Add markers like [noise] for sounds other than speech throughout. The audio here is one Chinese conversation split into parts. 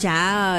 早，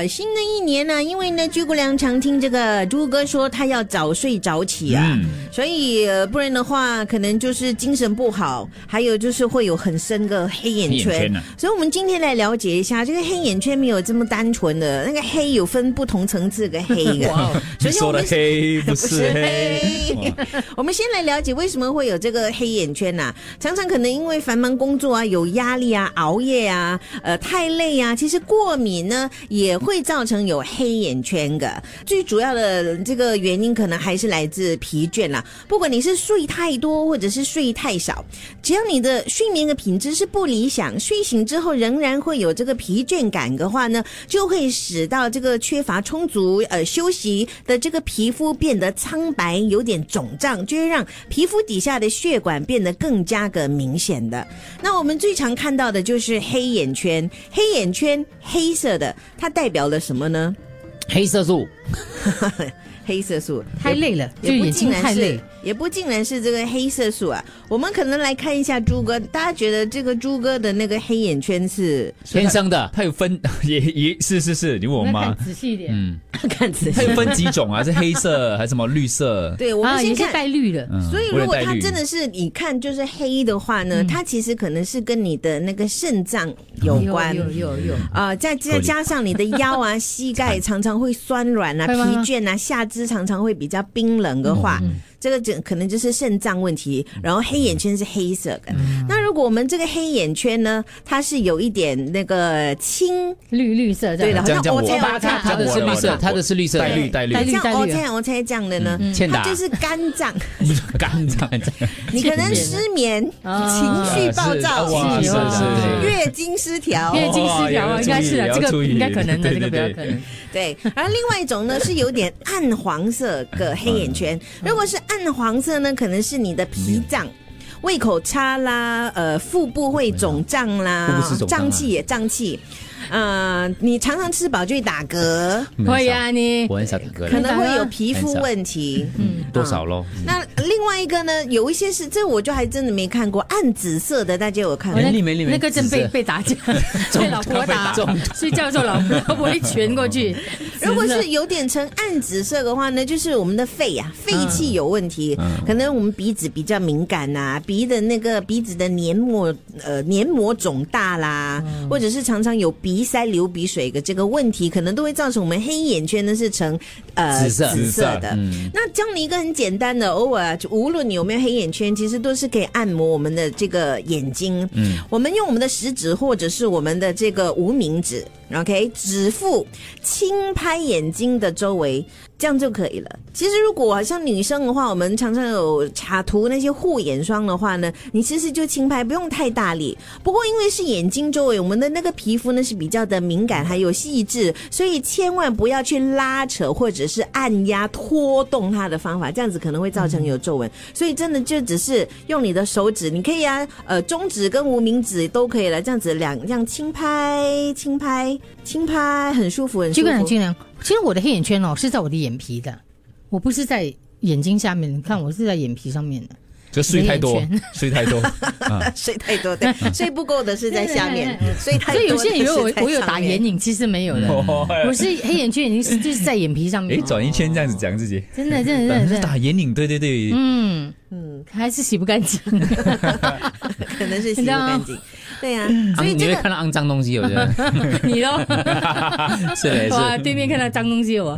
新的一年呢，因为呢，诸葛亮常听这个朱哥说他要早睡早起啊，嗯，所以、呃不然的话，可能就是精神不好，还有就是会有很深的黑眼黑圈。眼圈啊呢？所以，我们今天来了解一下，这个黑眼圈没有这么单纯的，那个黑有分不同层次的黑 [laughs] 的。哦你首先我说的们黑 [laughs] 不是黑黑，哇我们先来了解为什么会有这个黑眼圈呐、常常可能因为繁忙工作啊、有压力啊、熬夜啊、呃太累啊，其实过敏呢也会造成有黑眼圈的。最主要的这个原因可能还是来自疲倦啦、不管你是睡太多或者是睡太少，只要你的睡眠的品质是不理想，睡醒之后仍然会有这个疲倦感的话呢，就会使到这个缺乏充足呃休息的这个皮肤变得苍白，有点肿胀，就会让皮肤底下的血管变得更加的明显的。那我们最常看到的就是黑眼圈，黑眼圈黑色的，它代表了什么呢？黑色素，黑色素，太累了，就也不眼尽睛然太是累。，也不尽然是这个黑色素啊。我们可能来看一下朱哥，大家觉得这个朱哥的那个黑眼圈是天生的，它有分， [laughs] 也也是是是，你问我我们妈看，仔细一点，嗯， [laughs] 看仔它有分几种啊？是 [laughs] 黑色还是什么绿色？对，我们啊，先也是看。带绿的，嗯所以，如果它真，我也带绿的是你看就是黑的话呢，它其实可能是跟你的那个肾脏有有嗯关。有有有，啊，再再合理加上你的腰啊、膝盖常常会酸软啊、会吗疲倦啊，下肢常常会比较冰冷的嗯话，嗯这个整可能就是肾脏问题。然后黑眼圈是黑色的，嗯那如果我们这个黑眼圈呢，它是有一点那个呃青，绿绿色这对的，样。好这像样这样我我猜我把它它的我是的绿我色，的它的是绿色的，带绿带带绿绿， [laughs] 像我猜我猜这样的呢，嗯欠它打就是肝 [laughs] 脏，肝脏，你可能失眠、情啊绪暴啊是躁、哇是是是是。月经失调因。为近视条哦啊，应该是的，要这注个意应该可能的，啊对这个比较对可对能。对，而另外一种呢是有点暗黄色的黑眼圈，嗯如果是暗黄色呢，可能是你的脾脏。胃口差啦，呃，腹部会肿胀腹啦部是，肿胀啊胀气也胀气，呃，你常常吃饱就会打嗝，会呀，啊你我很少打嗝可的，能会有皮肤问题。嗯，多少咯？那另外一个呢，有一些是这我就还真的没看过，暗紫色的大家有看过我哎那里面里面那个真紫被色被打 [laughs] 架，被老婆打中，睡觉的时候老婆老婆一拳过去。 [laughs] 如果紫是色有点呈暗紫色的话呢，就是我们的肺啊，肺气有问题，可能我们鼻子比较敏感呐、鼻的那个鼻子的黏膜呃黏膜肿大啦，或者是常常有鼻塞、流鼻水的这个问题，可能都会造成我们黑眼圈呢是呈呃紫色的。嗯那教你一个很简单的，偶尔就无论你有没有黑眼圈，其实都是可以按摩我们的这个眼睛。嗯，我们用我们的食指或者是我们的这个无名指，OK，指腹轻拍眼睛的周围。这样就可以了。其实，如果像女生的话，我们常常有卡涂那些护眼霜的话呢，你其实就轻拍，不用太大力。不过，因为是眼睛周围，我们的那个皮肤呢是比较的敏感，还有细致，所以千万不要去拉扯或者是按压、拖动它的方法，这样子可能会造成有皱纹。所以，真的就只是用你的手指，你可以啊，呃，中指跟无名指都可以了，这样子两这样轻拍、轻拍、轻拍，很舒服，很 [laughs] 舒就跟梁服。俊良，其实我的黑眼圈哦是在我的眼皮的，我不是在眼睛下面，你看我是在眼皮上面的。就睡太多黑眼，睡太 [laughs] 多，睡太多，对，睡不够的是在下面，睡太 [laughs] 所多以的有些人以为是在我我有上打面眼影，其实没有的。哦我是黑眼圈已经是就是在眼皮上哎面，，转一圈这样子讲自己，真的真的但真是的真的，打眼影，对对对，嗯嗯，还是洗不干 [laughs] 净。可能是洗不干 [laughs] 净，对呀、啊，所以肮你这会个看到 [laughs] 肮脏东西，我觉得你咯，是的，是的哇，对面看到脏东西我。